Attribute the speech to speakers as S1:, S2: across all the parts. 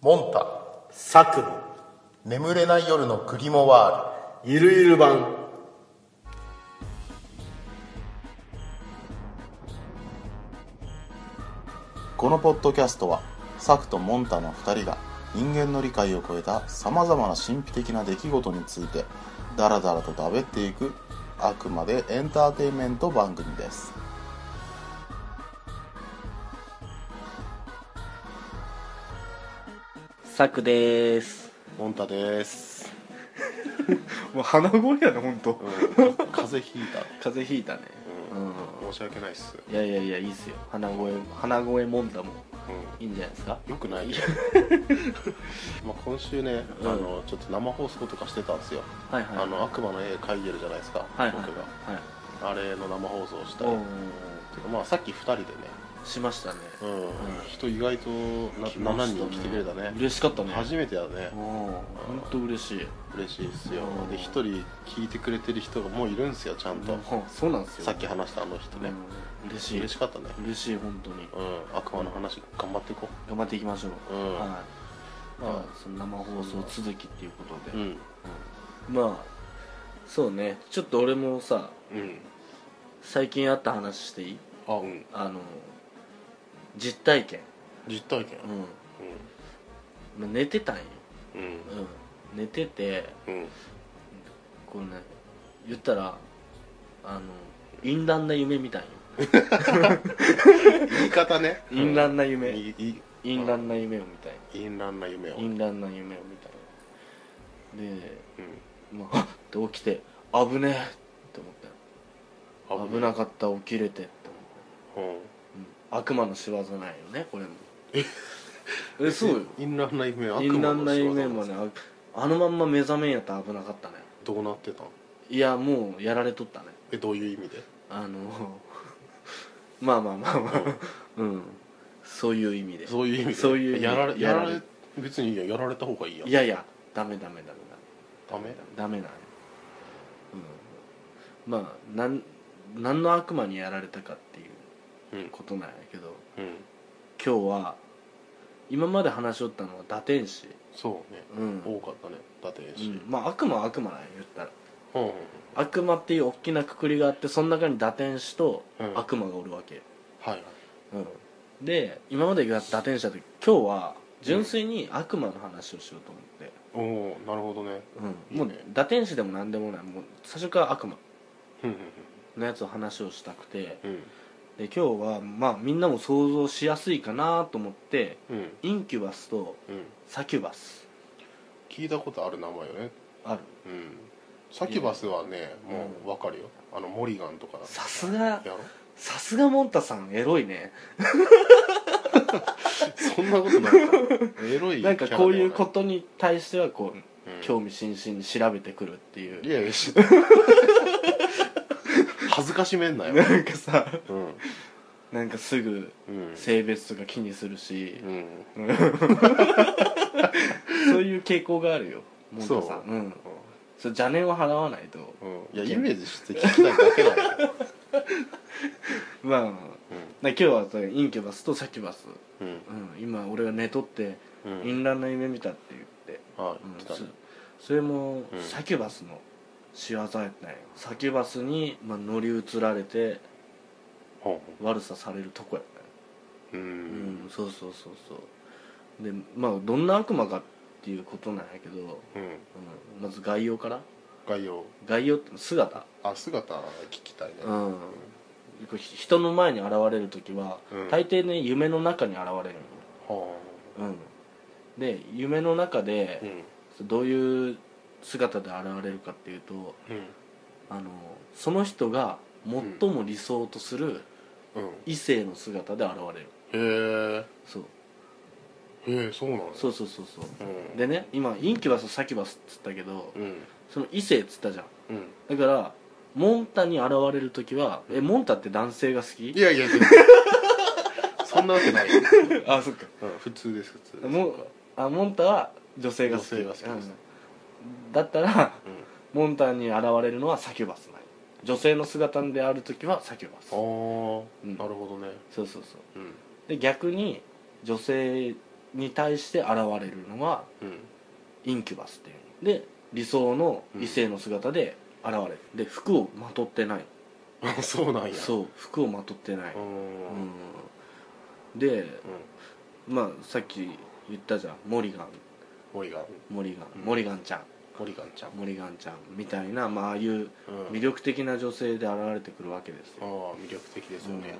S1: モンタ
S2: 作の
S1: 眠れない夜のクリモワ
S2: ゆるゆる版
S3: このポッドキャストはサクとモンタの2人が人間の理解を超えたさまざまな神秘的な出来事についてダラダラとだべっていくあくまでエンターテインメント番組です
S4: サクです
S3: モンタです、
S4: もう鼻声やね本当
S3: 風邪ひいた
S4: 風邪ひいたね
S3: 申し訳ないっす、
S4: いやいやいやいいっすよ鼻声鼻声もんだもんいいんじゃないですか
S3: よくないまあ今週ねあのちょっと生放送とかしてたんですよ
S4: はいはい
S3: あの悪魔の絵描いてるじゃないですか、
S4: はいはい
S3: 僕が
S4: はい
S3: あれの生放送したり
S4: お
S3: てかまあさっき2人でね、
S4: ーしましたね
S3: うん人意外とな
S4: 来ました
S3: 7人来てくれたね
S4: 嬉しかったね
S3: 初めてだね
S4: おお本当嬉しい
S3: 嬉しいですよ
S4: うん
S3: で1人聞いてくれてる人がもういるんですよちゃんと、
S4: うんそうなんですよ
S3: さっき話したあの人ね、
S4: うん嬉しい
S3: 嬉しかったね
S4: 嬉しい本当に
S3: うん悪魔の話頑張っていこ
S4: 頑張っていきましょう
S3: ううん、
S4: はいまあその生放送続きっていうこと
S3: う
S4: で
S3: ん
S4: まあそうねちょっと俺もさ
S3: うん
S4: 最近あった話していい
S3: あうん
S4: あの実体験
S3: 実体験
S4: う寝てたんよ、
S3: うんうん
S4: うん、寝てて
S3: うん
S4: こうね言ったらあの淫乱な夢見たんよ
S3: 言い方ね
S4: 淫乱な夢、
S3: いい
S4: 淫乱な夢を見たんよ
S3: 淫乱な夢を
S4: 淫乱な夢を見たんよで、
S3: う
S4: まあ、はっ って起きて危ねえって思ったよ
S3: ん
S4: 危なかった起きれてって思っ
S3: うん
S4: た、うん、悪魔の仕業なんよねこれもえそうよ
S3: 淫乱な夢は 悪魔の
S4: 淫乱な夢
S3: 仕業
S4: も
S3: んで
S4: ねああのまんま目覚めんやったら危なかったね
S3: すどうなってたん
S4: いやもうやられとったね
S3: えどういう意味で
S4: あの まあまあまあまあうんそういう意味で
S3: そういう意味で
S4: そういう意味で
S3: やられや
S4: や
S3: ら
S4: ら
S3: れ
S4: れ
S3: 別にいいややられた方がいいやん
S4: いやいやダメダメダメ
S3: ダメ
S4: ダメダメダメなんようんまあなん何の悪魔にやられたかっていう
S3: うん
S4: ことなんやけど
S3: うん
S4: 今日は今まで話しおったのは堕天使
S3: そうね
S4: うん、
S3: 多かったねだって
S4: う
S3: し
S4: んまあ悪魔は悪魔なんよ言ったら
S3: うん
S4: 悪魔っていう大きなくくりがあってその中に堕天使と
S3: うん
S4: 悪魔がおるわけ、
S3: はい
S4: うん、で今までが打点した時今日は純粋に悪魔の話をしようと思って、
S3: おおなるほどね
S4: うん
S3: いい
S4: も
S3: ね
S4: う打点使でも何でもないもう最初から悪魔
S3: うん
S4: のやつを話をしたくて
S3: うん
S4: で今日はまあみんなも想像しやすいかなと思って
S3: うん
S4: インキュバスと
S3: うん
S4: サキュバス
S3: 聞いたことある名前よね
S4: ある
S3: うんサキュバスはねもう分かるよあのモリガンとか
S4: さすが
S3: やろ
S4: さすがモンタさんエロいね
S3: そんなことないからエロい
S4: なんかこういう
S3: キャ
S4: こ
S3: ラ
S4: とに対してはこう
S3: ではない
S4: 興味津々に調べてくるっていう
S3: うんいやいや し恥ずかしめんなよ
S4: なんかさ
S3: うん
S4: なんかすぐ
S3: うん
S4: 性別とか気にするし、
S3: うん
S4: そういう傾向があるよモンタさん
S3: そうん
S4: それ邪念を払わないと
S3: うんいやイメージして聞きたいだけだよ
S4: まあ、だから今日はそれインキュバスとサキュバス、
S3: うん
S4: うん、今俺が寝とって
S3: うんうん
S4: 淫乱な夢見たって言って、
S3: あ
S4: うん
S3: 来た
S4: そ
S3: ね
S4: それも
S3: うん
S4: サキュバスの仕業やったんよサキュバスに、まあ、乗り移られて
S3: ほん
S4: 悪さされるとこやったんよ
S3: う
S4: うん
S3: ん、
S4: そうそうそうそうでまあどんな悪魔かっていうことなんやけど、うん、
S3: うん
S4: まず概要から
S3: 概要
S4: 概要って姿
S3: あ姿聞きたいね
S4: うん、こうひ人の前に現れる時は、
S3: うん
S4: 大抵ね夢の中に現れる
S3: は
S4: の、うん、で夢の中
S3: あう
S4: で、
S3: ん
S4: どういう姿で現れるかっていうと
S3: う
S4: あのその人が最も理想とする
S3: んうん
S4: 異性の姿で現れる
S3: へ
S4: そう
S3: えへえそうなの
S4: そううそうそうそう
S3: うん
S4: でね今インキュバスとサキュバスっつったけど、
S3: うん
S4: その異性っつったじゃん
S3: うん
S4: だからモンタに現れる時はえモンタって男性が好
S3: い
S4: き
S3: やいや 全然そんなわけないよ、
S4: あそっか
S3: うん、普通です普通です
S4: もあモンタは女性が好き
S3: 女性が好きです
S4: うんだったら
S3: うん
S4: モンタに現れるのはサキュバスない女性の姿である時はサキュバス
S3: ああ、
S4: うん
S3: なるほどね
S4: そうそうそう
S3: うん
S4: で逆に女性に対して現れるのが
S3: うん
S4: インキュバスっていうで理想の異性の姿で現れる、で服をまとってない
S3: あ そうなんや
S4: そう服をまとってない、
S3: う
S4: うん
S3: ん
S4: でまあさっき言ったじゃんモリガン
S3: モリガン
S4: モリガン、
S3: うん
S4: モリガンちゃん
S3: モリガンちゃん
S4: モリガンちゃんみたいな、まあ、ああいう
S3: うん
S4: 魅力的な女性で現れてくるわけです
S3: ああ
S4: よ、
S3: 魅力的ですよね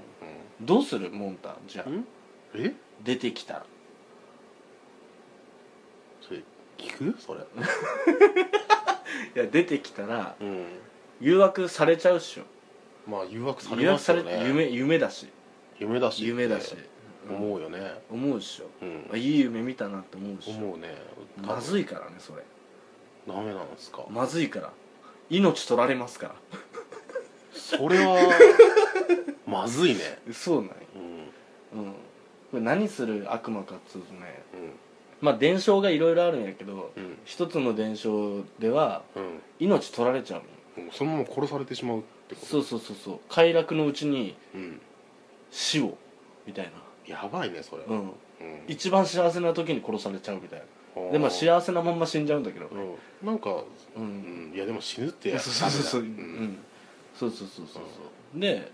S4: どうするモンタじゃあ
S3: うんえ
S4: 出てきたら
S3: それ聞くそれ
S4: いや出てきたら
S3: うん
S4: 誘惑されちゃうっしょ
S3: まあ誘惑さ
S4: 誘
S3: れま
S4: 惑
S3: す
S4: さ
S3: よ
S4: れ
S3: ね
S4: 夢夢だし
S3: 夢だし
S4: 夢だし、
S3: 思うよね
S4: 思うっしょ
S3: うん
S4: あいい夢見たなって思うっしょ
S3: 思うね
S4: まずいからねそれ
S3: ダメなんですか
S4: まずいから命取られますか
S3: それはまずいね
S4: らそうなんよ
S3: うん
S4: うんこれ何する悪魔かっつうとね
S3: うん
S4: まあ伝承がいろいろあるんやけど
S3: うん
S4: 一つの伝承では
S3: うん
S4: 命取られちゃうの
S3: もうそのまま殺されてしまうってこと
S4: そうそうそうそう快楽のうちに
S3: うん
S4: 死をみたい
S3: やばいねそれ
S4: なうん
S3: うん
S4: 一番幸せな時に殺されちゃうみたいなでまあ
S3: あ
S4: 幸せなまんま死んじゃうんだけど
S3: ー
S4: ね
S3: うんなんか
S4: う
S3: うんんいやでも死ぬって
S4: いやそうそうそうそうう
S3: ダメだうん
S4: んそうそうそうそうそうで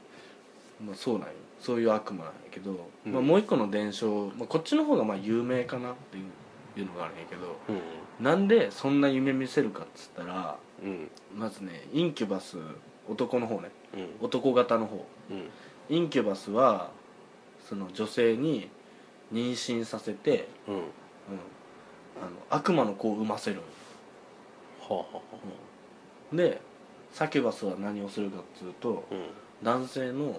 S4: まあそうなんよそういう悪魔なんやけど
S3: うん
S4: まあもう一個の伝承まあこっちの方がまあ有名かなっていういうのがあるんやけどなんでそんな夢見せるかっつったら
S3: うん
S4: まずねインキュバス男の方ね
S3: うん
S4: 男型の方
S3: うん
S4: インキュバスはその女性に妊娠させて、
S3: うんは
S4: うん、あの悪魔の子を産ませるんよ
S3: あはあはあ
S4: でサキュバスは何をするかっつうと
S3: うん
S4: 男性の、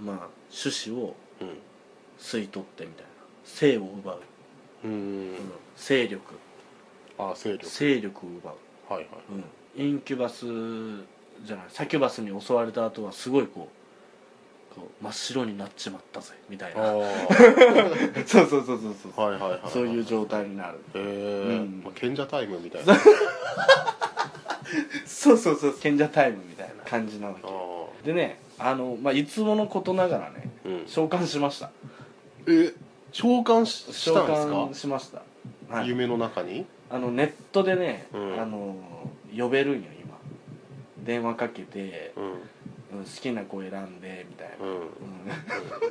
S3: うん
S4: まあ、種子を
S3: うん
S4: 吸い取ってみたいな性を奪う、
S3: う
S4: うん
S3: ん
S4: 勢力
S3: あ勢力
S4: 勢力を奪う、
S3: は いはい
S4: うん、インキュバスじゃないサキュバスに襲われた後はすごいこうこう真っ白になっちまったぜみたい
S3: あ
S4: な
S3: あ
S4: そうそうそうそうそう
S3: はいはいはい
S4: そういう状態になる
S3: え
S4: うん
S3: ーまあ賢者タイムみた いなあ
S4: そうそうそう賢者タイムみたいな感じなわけ
S3: あ
S4: でねあの、まあ、いつものことながらね
S3: うん
S4: 召喚しました
S3: え召喚しし
S4: 召
S3: たんですか
S4: 喚しました、はい、
S3: 夢の中に
S4: あのネットでね、
S3: うん
S4: あの呼べるんよ今電話かけて、
S3: うん
S4: うん好きな子選んでみたいな、
S3: うん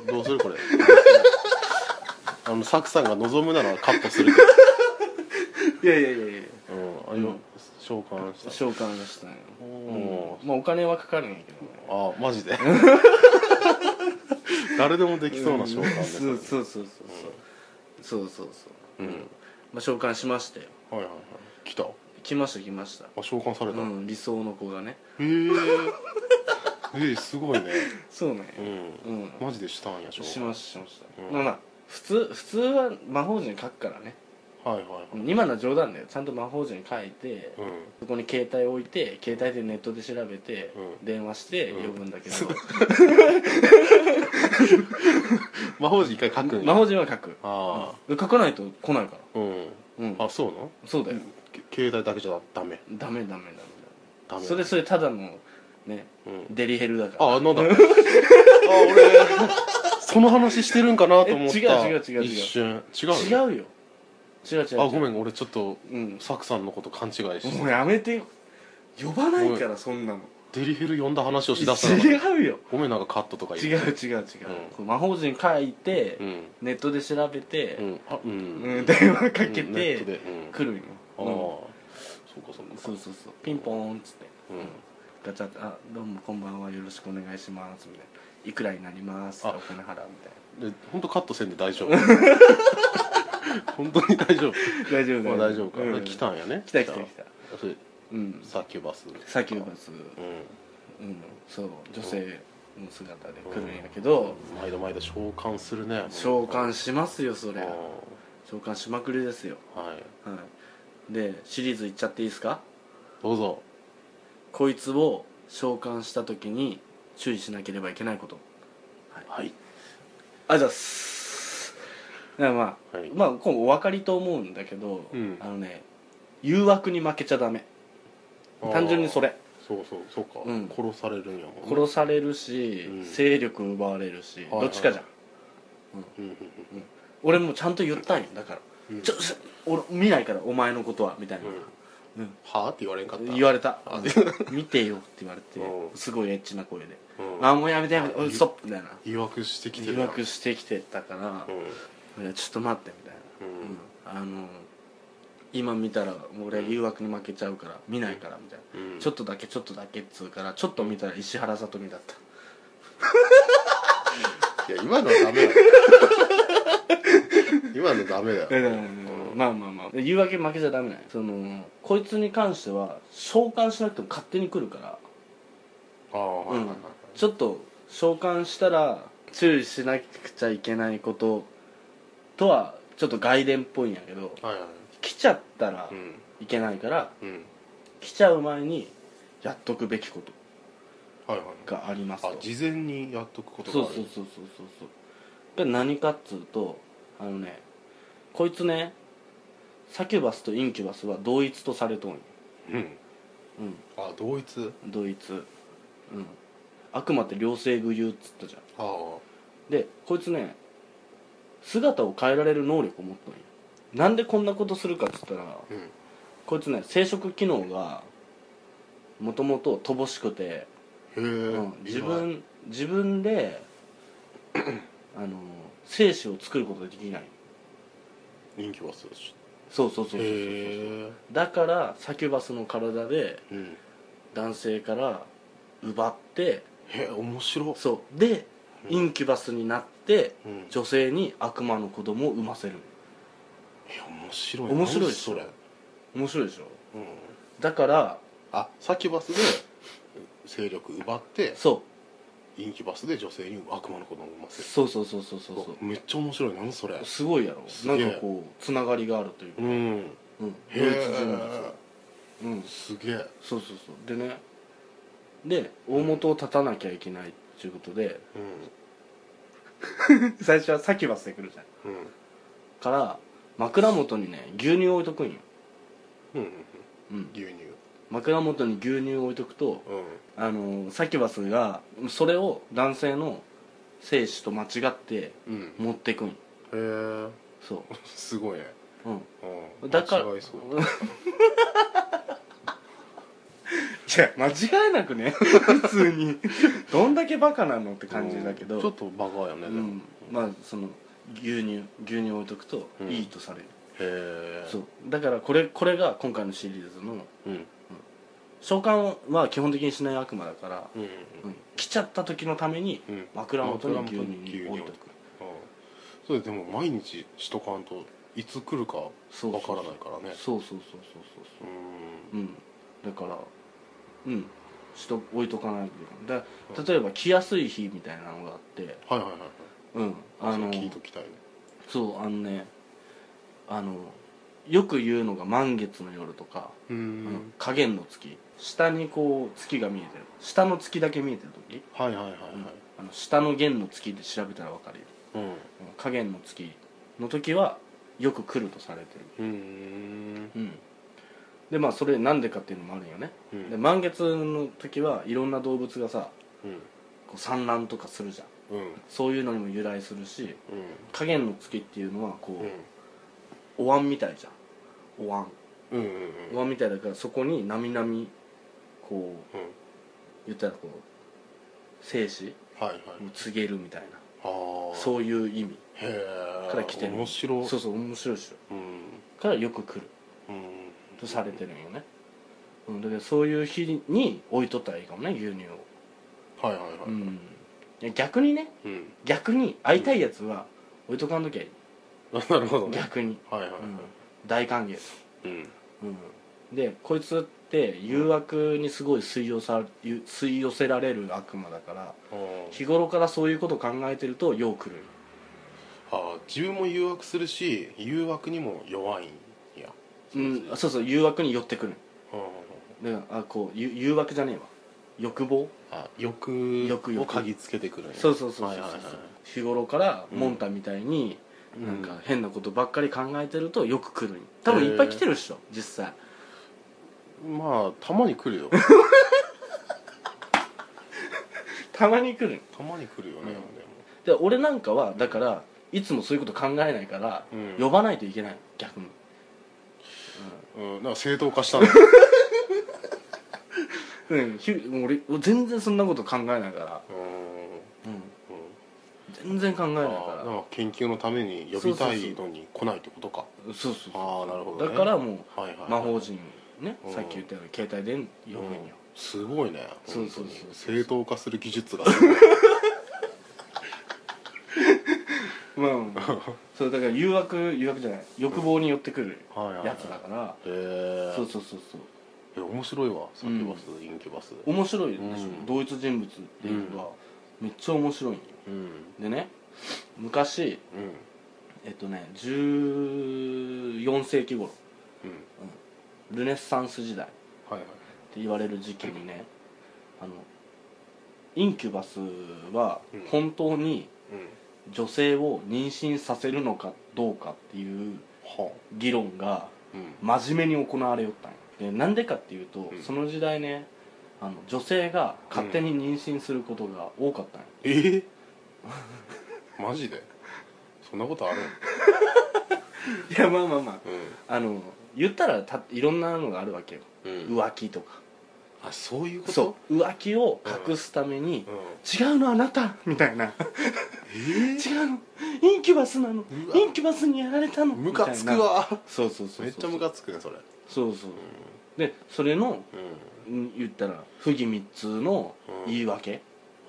S4: うん
S3: どうするこれあのサクさんが望むならカット する
S4: いやいやいやいや
S3: けど、うん、あれ
S4: う
S3: を
S4: ん
S3: 召喚した
S4: 召喚したんよ、
S3: お
S4: うん
S3: お、
S4: まあお金はかかるんやけどね
S3: あマ ジで誰でもできそうな召喚です、
S4: うんそうそうそうそう、そうそうそう、
S3: うん
S4: まあ、召喚しましたよ
S3: はいはいはい来たあ
S4: 来ました来ました
S3: 召喚された、
S4: うん、理想の子がね
S3: へえええすごいね
S4: そうね
S3: うん
S4: うん、
S3: マジでしたんや召喚
S4: しましたしました、
S3: うん
S4: まあまあ普通普通は魔法陣書くからね
S3: はいはいはい
S4: 今のは冗談だよちゃんと魔法陣書いて、
S3: うん
S4: そこに携帯置いて携帯でネットで調べて、
S3: うん
S4: 電話して
S3: うん
S4: 呼ぶんだけど、
S3: 魔法陣一回書くん や
S4: 魔法陣は書く
S3: あ
S4: うん書かないと来ないか
S3: あうん
S4: らうん
S3: あそうなの
S4: そうだよ、
S3: け携帯だけじゃダメ
S4: ダメダメダメダ
S3: ダメ
S4: メそれそれただのね
S3: うん
S4: デリヘルだから
S3: あ、なん だ。あ、俺、その話してるんかなと思った。
S4: え違う違う違う違う
S3: 一瞬。違う
S4: 違
S3: の。
S4: うよ違う違う違う
S3: あ、ごめん、俺ちょっと、
S4: うん
S3: サクさんのこと勘違いして
S4: もう、やめてよ呼ばないからそんなの
S3: デリヘル呼んだ話をしだすの。
S4: 違うよ
S3: ごめん、なんかカットとか
S4: 違う
S3: 言って。
S4: 違う違う、こう魔法陣書いて、
S3: うん。
S4: ネットで調べて
S3: う、ん。あ、うん。うん
S4: うん電話
S3: ネ
S4: かけ
S3: ット
S4: て
S3: で。うん。あ
S4: 来るんよ、
S3: あー。
S4: うん
S3: そうか、そうか。
S4: そうそうそうピンポーンっつって、
S3: うん
S4: ガチャって「あどうもこんばんはよろしくお願いします」みたいな「いくらになります」お
S3: あ
S4: 金払うみたいな
S3: で、本当カットせんで大 丈夫。本当に大丈夫。
S4: 大丈夫
S3: まあ大丈夫か。
S4: うん
S3: 来たんやね。
S4: 来た来た来た
S3: それ、
S4: うん
S3: サキュバス。
S4: サキュバス、
S3: うん。
S4: うん、そう女性の姿で来るんやけど、
S3: 毎度毎度召喚するね
S4: 召喚しますよそ
S3: うん
S4: れ召喚しまくりですよ
S3: はい
S4: はいでシリーズいっちゃっていいですか
S3: どうぞ
S4: こいつを召喚した時に注意しなければいけないこと
S3: はい
S4: あざっすだからまあ、
S3: はい
S4: まあ今お分かりと思うんだけど、
S3: うん
S4: あのね誘惑に負けちゃダメ単純にそ
S3: れ
S4: れ
S3: そうそうそうか、
S4: うん
S3: 殺されるんやもん
S4: 殺されるし、
S3: うん
S4: 勢力奪われるし、
S3: はい
S4: どっちかじゃん
S3: うんうん
S4: 俺もちゃんと言ったんよだから、
S3: うん
S4: ちょす俺見ないからお前のことはみたいな、
S3: うんはあって言われんかった
S4: 言われた
S3: あ
S4: うん見てよって言われて
S3: うん
S4: すごいエッチな声で「
S3: うん
S4: あもうやめてやめておいストップ」みたいな
S3: 疑惑してきて
S4: 疑
S3: るな
S4: 惑してきてたから「いやちょっと待って」みたい
S3: うんうん
S4: な、うんあの今見たらもう俺誘惑に負けちゃうから見ないからみたいな、
S3: うん
S4: ちょっとだけちょっとだけっつうからちょっと見たら石原さとみだった
S3: いや今のはダ メだよ今のダメだよ
S4: だから、まあまあまあ言い訳負けちゃダメないそのこいつに関しては召喚しなくても勝手に来るから、
S3: ああはいはいは
S4: うん
S3: い
S4: ちょっと召喚したら注意しなくちゃいけないこととはちょっと外伝っぽいんやけど
S3: はいはい
S4: 来ちゃったら
S3: うん
S4: いけないから、
S3: うん
S4: 来ちゃう前にやっとくべきこと
S3: はいはい
S4: がありますと
S3: あ事前にやっとくこと
S4: そう
S3: が
S4: そ
S3: あ
S4: う
S3: る
S4: そうそうそうそうで何かっつうとあのねこいつねサキュバスとインキュバスは同一とされとんよ
S3: うん
S4: う
S3: あ同一
S4: ん同一うん悪魔って両性具有っつったじゃん
S3: ああ
S4: でこいつね姿を変えられる能力を持っとんよなんでこんなことするかっつったら
S3: うん
S4: こいつね生殖機能がもともと乏しくて、
S3: へえ、
S4: うん自
S3: 意
S4: 分自分であの精子を作ることができない
S3: 外人気はするし
S4: そうそうそうそうそうそう
S3: へえ
S4: だからサキュバスの体で
S3: うん
S4: 男性から奪って
S3: へえ面白い
S4: そうでインキュバスになって
S3: うん
S4: 女性に悪魔の子供を産ませる
S3: え面白い
S4: 面白い
S3: 何
S4: っし
S3: そ
S4: ょ
S3: れ
S4: 面白いでしょ
S3: うん
S4: だから
S3: あサキュバスで勢力奪って
S4: そ
S3: インキュバスで女性に悪魔の子供を産
S4: う
S3: ませる
S4: そうそうそうそうそう
S3: めっちゃ面白い何それ
S4: そうすごいやろ
S3: す
S4: な
S3: げえ
S4: んかこうつながりがあるというか、
S3: うん
S4: うん、
S3: へ
S4: 同一人物
S3: え
S4: うん
S3: すげえ
S4: そうそうそうでねで大元を立たなきゃいけないっていうことで、
S3: う
S4: 最初はサキュバスで来るじゃん
S3: んうん
S4: から枕元にね牛乳置いとくんよ、
S3: うんうん
S4: うん、
S3: 牛乳
S4: 枕元に牛乳置いとくと
S3: うん
S4: あのサキュバスがそれを男性の精子と間違って
S3: うん
S4: 持ってくんよ
S3: へえ
S4: そ
S3: すごいね
S4: う、 うん、
S3: うん
S4: だから
S3: 間違いそう
S4: じゃ間違いなくね 普通にどんだけバカなのって感じだけど
S3: うんちょっとバカよね
S4: う
S3: でも
S4: ん、まあその牛乳牛乳置いとくと
S3: うん
S4: いいとされる、
S3: へえ
S4: そうだからこれこれが今回のシリーズの
S3: うん
S4: 召喚は基本的にしない悪魔だから、
S3: うん
S4: うん来ちゃった時のために
S3: うん
S4: 枕元に牛乳
S3: うん
S4: 置いとく
S3: それでも毎日しとかんといつ来るかわ
S4: そうそう
S3: からないからね
S4: そうそうそうそうそう
S3: う
S4: そ
S3: ん
S4: ううんだからうんしと置いとかないというかだ例えば来やすい日みたいなのがあって
S3: はいはいはいはい
S4: うんあ
S3: あ
S4: の
S3: の聞いときたいね
S4: そうあのねあのよく言うのが満月の夜とか、
S3: う
S4: あの
S3: ん
S4: 下限の月下にこう月が見えてる下の月だけ見えてる時、
S3: はいはいはいはい
S4: あの下の弦の月で調べたら分かるよ
S3: うん
S4: うん下限の月の時はよく来るとされてる
S3: うん
S4: うんでまあそれなんでかっていうのもあるよね、
S3: うん
S4: で満月の時はいろんな動物がさ
S3: うん
S4: こう産卵とかするじゃん
S3: うんうん
S4: そういうのにも由来するし下限の月っていうのはこう、
S3: うん
S4: お椀みたいじゃんお椀
S3: うんうん
S4: お椀みたいだからそこになみなみこう
S3: うん
S4: 言ったらこう生死
S3: はいはい
S4: を告げるみたい
S3: あ
S4: な
S3: あ
S4: そういう意味
S3: へえ
S4: から来てる
S3: 面白い
S4: そうそう面白いっし
S3: うん
S4: ょからよく来る
S3: うん
S4: とされてるんよね、うん、だけどそういう日に置いとったらいいかもね牛乳を、
S3: はいはいはい
S4: うん、いや逆にね
S3: うん
S4: 逆に会いたいやつは置いとかんときゃいい
S3: なるほどね
S4: 逆に、
S3: はいはいは
S4: う
S3: い
S4: ん、大歓迎です、
S3: うん
S4: うん、でこいつって誘惑にすごい吸い寄さゆ吸い寄せられる悪魔だから
S3: あー
S4: 日頃からそういうことを考えてるとよう来る
S3: あー自分も誘惑するし誘惑にも弱いんや
S4: うん、そうそう誘惑に寄ってくるであこうゆ誘惑じゃねえわ欲望
S3: あ欲
S4: 欲欲
S3: を嗅ぎつけてくるんや
S4: そうそうそうそう
S3: はい
S4: そう
S3: はいはい
S4: 日頃からモンタみたいに、
S3: うん
S4: なんか変なことばっかり考えてるとよく来るんよ多分いっぱい来てるっしょ実際
S3: まあたまに来るよ
S4: たまに来るん
S3: たまに来るよね、
S4: で俺なんかはだからいつもそういうこと考えないから、
S3: うん
S4: 呼ばないといけない逆に
S3: うん、なんか正当化したの
S4: うんひゅ俺全然そんなこと考えないから、
S3: うん
S4: うん、
S3: う
S4: 全
S3: ん
S4: 然考えない
S3: あ
S4: か
S3: ー
S4: ら
S3: なんか研究のために呼びたいのに来ないってことか
S4: そうそうそう
S3: ああなるほど、ね、
S4: だからも
S3: はいはいは
S4: う
S3: い
S4: 魔法陣ね
S3: うん
S4: さっき言ったように携帯で呼ぶんよ
S3: すごいね
S4: そうそうそう
S3: 本当に正当化する技術がすごい
S4: まあまあそうだから誘惑誘惑じゃない欲望によってくる
S3: はいはいはい
S4: やつだから
S3: へえ
S4: そうそうそうそう
S3: え面白いわサキュバス、インキュバス
S4: 面白いでしょ、
S3: うん
S4: 同一人物っていうのはめっちゃ面白いんよ
S3: うん
S4: でね昔
S3: うん
S4: えっとね14世紀頃
S3: うん
S4: ルネッサンス時代っ
S3: はいはい
S4: て言われる時期にねあのインキュバスは
S3: うん
S4: 本当に
S3: うん
S4: 女性を妊娠させるのかどうかっていう
S3: は
S4: 議論が
S3: あうん
S4: 真面目に行われよったんよでなんでかっていうと、
S3: うん
S4: その時代ねあの女性が勝手に妊娠することが多かったんよ、
S3: えー、 マジでそんなことある
S4: いやまあまあまあ
S3: うん
S4: あの言ったらたいろんなのがあるわけよ、
S3: うん
S4: 浮気とか
S3: あそういうこと
S4: そう浮気を隠すために、
S3: うん
S4: 違うのあなたみたいな
S3: え
S4: 違うのインキュバスなの
S3: うわ
S4: インキュバスにやられたの
S3: ムカつ
S4: み
S3: く
S4: たいな
S3: わ
S4: そうそうそうそう
S3: めっちゃムカつくねそれ
S4: そうそうでそれの
S3: うんうん
S4: ん言ったら不義密通の言い訳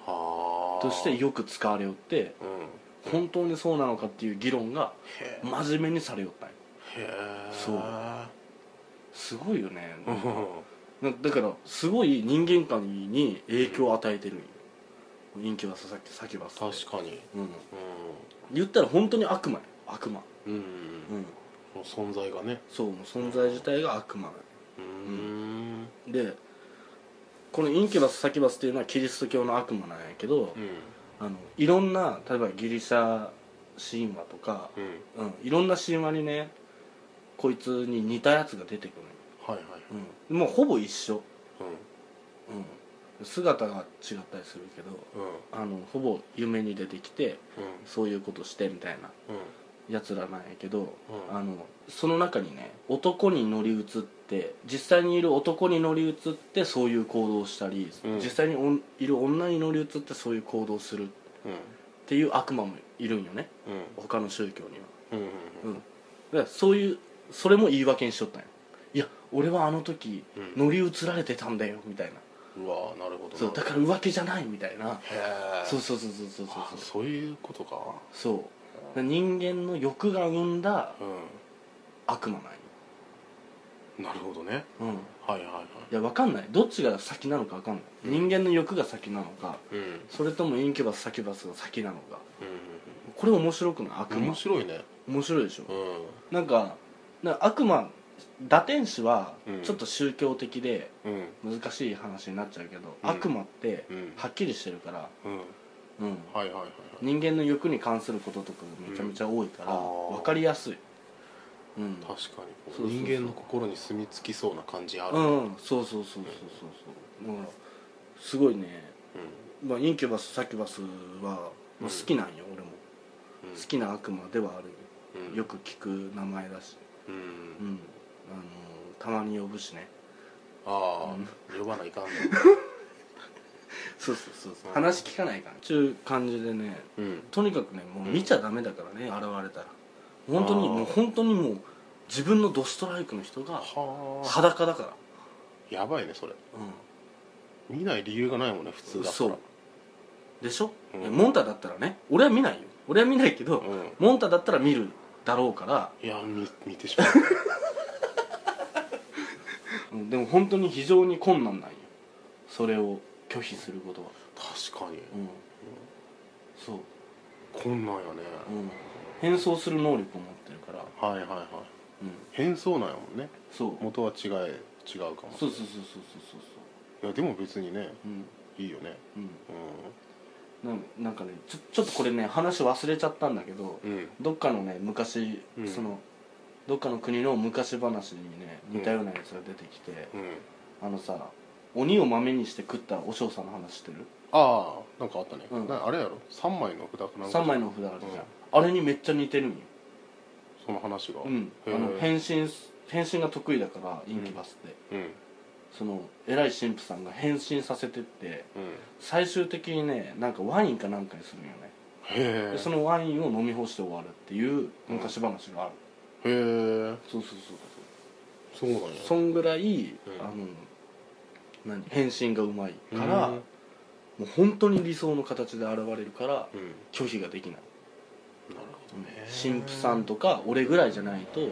S3: はあ
S4: としてよく使われよって
S3: うんへ
S4: 本当にそうなのかっていう議論が
S3: え
S4: 真面目にされよったんよ
S3: へえ
S4: そうすごいよね
S3: うん
S4: なだからすごい人間界に影響を与えてるんよインキュバスサキサキュバスって
S3: 確かに
S4: うん、
S3: う
S4: 言ったら本当に悪魔よ悪魔、
S3: んう
S4: うんん、
S3: この存在がね
S4: そうもう存在自体が悪魔
S3: うーん
S4: でこのインキュバスサキュバスっていうのはキリスト教の悪魔なんやけど、
S3: うん
S4: あのいろんな例えばギリシャ神話とか、
S3: うん
S4: うん、いろんな神話にねこいつに似たやつが出てく
S3: はいはい
S4: るのよ、うん、もうほぼ一緒、
S3: う
S4: うん、姿が違ったりするけどあ
S3: んうん
S4: のほぼ夢に出てきて
S3: うん
S4: そういうことしてみたいなやつらなんやけど、
S3: うん
S4: あのその中にね男に乗り移って実際にいる男に乗り移ってそういう行動をしたり、
S3: うん
S4: 実際におんいる女に乗り移ってそういう行動をするっ
S3: うん
S4: ていう悪魔もいるんよね
S3: うん
S4: 他の宗教には
S3: うんう
S4: うん
S3: ん
S4: だからそういうそれも言い訳にしとったんよいや俺はあの時
S3: うん
S4: 乗り移られてたんだよみたいな、
S3: うんうわーなるほど
S4: そうだから浮気じゃないみたいな
S3: らへえ
S4: そう
S3: そ
S4: そうそうそうそうそう
S3: うそういうことか
S4: そうだから人間の欲が生んだ
S3: う
S4: 悪魔なんよ
S3: んなるほどね
S4: うん
S3: はいはいはい
S4: いやわかんないどっちが先なのかわかんない、人間の欲が先なのか
S3: うん
S4: それともインキュバスサキュバスが先なのか
S3: うん
S4: これ面白くない悪魔
S3: 面白いね
S4: 面白いでしょ、
S3: うん
S4: なんかなんか悪魔堕天使は
S3: うん
S4: ちょっと宗教的で
S3: うん
S4: 難しい話になっちゃうけど、
S3: うん
S4: 悪魔って
S3: うん
S4: はっきりしてるから、
S3: うん
S4: うん
S3: はいはいはいはい
S4: 人間の欲に関することとかがめちゃめちゃ多いから、
S3: うんあー
S4: 分かりやすいうん
S3: 確かにこう
S4: そうそうそう
S3: 人間の心に住み着きそうな感じある
S4: うんうんそうそうそうそうそうそうだからすごいねまあ、インキュバスサキュバスは、
S3: う
S4: まあ、好
S3: ん
S4: きなんよ、俺も
S3: うん
S4: 好きな悪魔ではあるよ、
S3: うん
S4: よく聞く名前だし、
S3: う
S4: うんんあのーたまに呼ぶしね
S3: ああ呼ばないかんね
S4: そうそうそうそう
S3: うん
S4: 話聞かないからちゅう感じでね
S3: うん
S4: とにかくねもう見ちゃダメだからね、現れたら本当に
S3: あー
S4: もう本当にもう自分のドストライクの人が
S3: はあ
S4: 裸だから
S3: やばいねそれ
S4: う
S3: 見ない理由がないもんね普通
S4: ん
S3: だった
S4: そ
S3: ら
S4: うでしょ、
S3: うん
S4: いやモンタだったらね俺は見ないよ俺は見ないけど、
S3: うん
S4: モンタだったら見るだろうから
S3: いや見見てしまう
S4: うんでも本当に非常に困難なんよそれを拒否することは
S3: 確かに
S4: うんそう、
S3: こんなんやね
S4: うん、変装する能力を持ってるから
S3: はいはいはい
S4: うん
S3: 変装なんやもんね
S4: そう
S3: 元は違え違うかもし
S4: そ
S3: れ
S4: うそうそうそ
S3: ない
S4: うそうそう
S3: いやでも別にね
S4: そううん
S3: いいよね
S4: うんななんかねちょちょっとこれね話忘れちゃったんだけど、
S3: うんうん
S4: どっかのね昔、
S3: うん
S4: そのどっかの国の昔話にね似たようなやつが出てきて、
S3: うん
S4: あのさ鬼を豆にして食ったお嬢さんの話してる
S3: ああなんかあったね
S4: うん
S3: なあれやろ三枚の札かなんか
S4: 3枚の札あるじゃん、あれにめっちゃ似てるんよ、
S3: その話が
S4: うん、あ
S3: へえ
S4: の変身す変身が得意だからインキュバスって、
S3: うん
S4: その偉い神父さんが変身させてって
S3: うん
S4: 最終的にねなんかワインかなんかにするんよね
S3: へ
S4: で
S3: え
S4: そのワインを飲み干して終わるっていう昔話がある、
S3: へえ
S4: そうそうそう
S3: そうなんや
S4: そんぐらい、
S3: うん
S4: あの何変身がうまいから、
S3: うん
S4: もう本当に理想の形で現れるから
S3: うん
S4: 拒否ができない、
S3: なるほ
S4: う
S3: ど
S4: ん
S3: ね
S4: 神父さんとか俺ぐらいじゃないと、うん、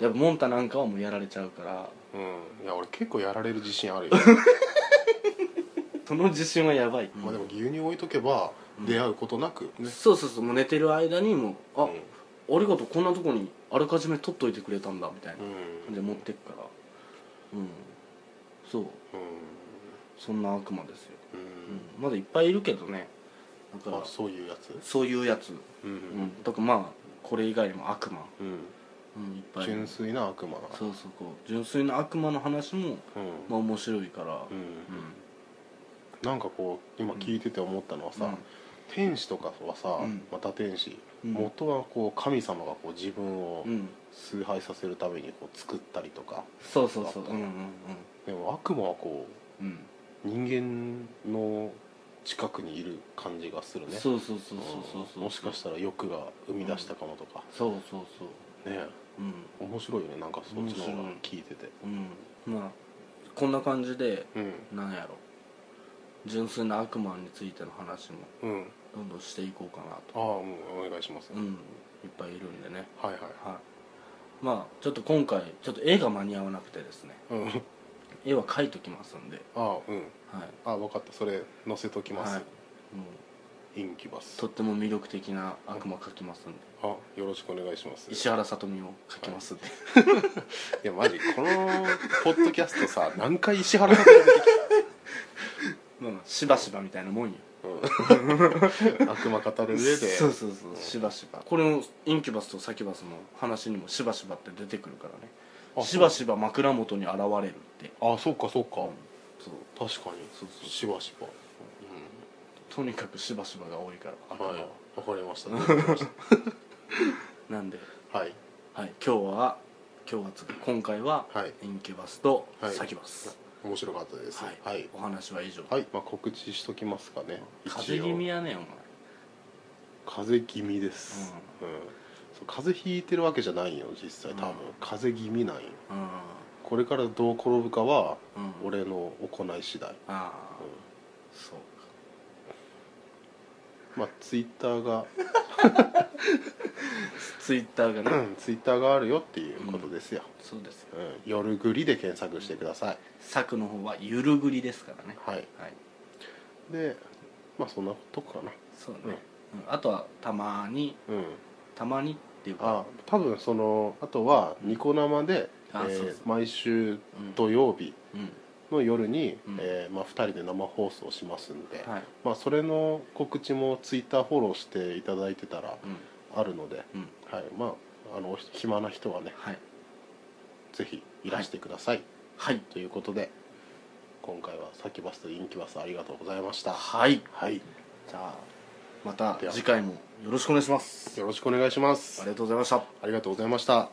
S4: やっぱモンタなんかはもうやられちゃうから
S3: うんうんいや俺結構やられる自信 あるよ
S4: その自信はやばい、
S3: まあでも牛乳置いとけば出会うことなくね
S4: そうそうそうもう寝てる間にもうあ、
S3: うん
S4: ありがとうこんなとこにあらかじめ取っといてくれたんだみたいな
S3: うん
S4: 感じで持ってくからうんそうそんな悪魔ですよ、
S3: うん
S4: うん、まだいっぱいいるけどねだから
S3: あそういうやつ
S4: そういうやつ、
S3: うん
S4: うん、だからまあこれ以外にも悪魔、
S3: うん
S4: うん、いっぱいい
S3: 純
S4: る
S3: 粋な悪魔な
S4: そうそうこう純粋な悪魔の話も、
S3: うん
S4: まあ、面白いから
S3: う
S4: うんん
S3: なんかこう今聞いてて思ったのは
S4: うん
S3: さ天使とかはさ
S4: うん
S3: また天使
S4: うん
S3: 元はこう神様がこう自分を
S4: うん
S3: 崇拝させるためにこう作ったりとか
S4: そうそうそう
S3: だ
S4: う
S3: から
S4: んうん
S3: でも悪魔はこう
S4: うんうん
S3: 人間の近くにいる感じがするね
S4: そうそうそうそうそうそう
S3: うんもしかしたら欲が生み出したかもとか、
S4: そうそうそう
S3: ね
S4: うん
S3: 面白いよねなんかそっちの方が
S4: 面
S3: 聞いてて
S4: うんまあこんな感じで
S3: うん
S4: なんやろ純粋な悪魔についての話も
S3: うん
S4: どんどんしていこうかなと
S3: ああもうんお願いします、
S4: うんいっぱいいるんでね
S3: はいはい
S4: はいまあちょっと今回ちょっと絵が間に合わなくてですね
S3: うん
S4: 絵は描いときますんで
S3: ああうん
S4: はい
S3: ああ分かったそれ載せときます、
S4: はいもう
S3: インキュバス
S4: とっても魅力的な悪魔描きますんで
S3: あよろしくお願いします
S4: 石原さとみを描きますんで
S3: いやマジこのポッドキャス トさ何回石原さんが出てき
S4: まあまあしばしばみたいなもんよ
S3: た、うん、悪魔語る上で
S4: そうそうそうしばしばこれのインキュバスとサキュバスの話にもしばしばって出てくるから
S3: あ
S4: ねしばしば枕元に現れるって
S3: あそうかそうか、
S4: そう
S3: 確かに
S4: そうそう
S3: しばしば
S4: とにかくしばしばが多いから悪魔は
S3: はいわかりま した、わかりまし
S4: なんで、
S3: たはい
S4: はい、今日は今日はつうか今回は
S3: はい
S4: インキュバスと
S3: はい
S4: サキュバス
S3: 面白かったです
S4: はい、
S3: はい、
S4: お話は以上、
S3: はいまあ、告知しときますかね
S4: 風邪気味
S3: 一応
S4: やねお前
S3: 風邪気味です、うんそう風邪ひいてるわけじゃないよ実際多分、
S4: うん
S3: 風邪気味なんよ
S4: う
S3: これからどう転ぶかは
S4: ん、うん、
S3: 俺の行い次第、
S4: ああ
S3: うん
S4: そうか
S3: まあツイッターが
S4: ツイッターがね
S3: ツイッターがあるよっていうことですよ、
S4: そうですよ
S3: うん夜ぐりで検索してください
S4: 作の方はゆるぐりですからね
S3: はい
S4: はい
S3: でまあそんなとこかな
S4: そうね、うんあとはたまに
S3: うん
S4: たまにっていう
S3: あ
S4: か
S3: 多分そのあとはニコ生で、
S4: あ
S3: えー
S4: そうそう
S3: 毎週
S4: うん
S3: 土曜日
S4: うん
S3: の夜に、
S4: うん
S3: えーまあ、2人で生放送しますんで、
S4: はい
S3: まあ、それの告知もツイッターフォローしていただいてたら
S4: うん
S3: あるので、
S4: うん
S3: はいまあ、あの暇な人はね
S4: はい
S3: ぜひいらしてください、
S4: はい
S3: ということで今回はサキバスとインキバスありがとうございました
S4: はい
S3: はい
S4: じゃあまた
S3: では
S4: 次回もよろしくお願いします
S3: よろしくお願いします
S4: ありがとうございました
S3: ありがとうございました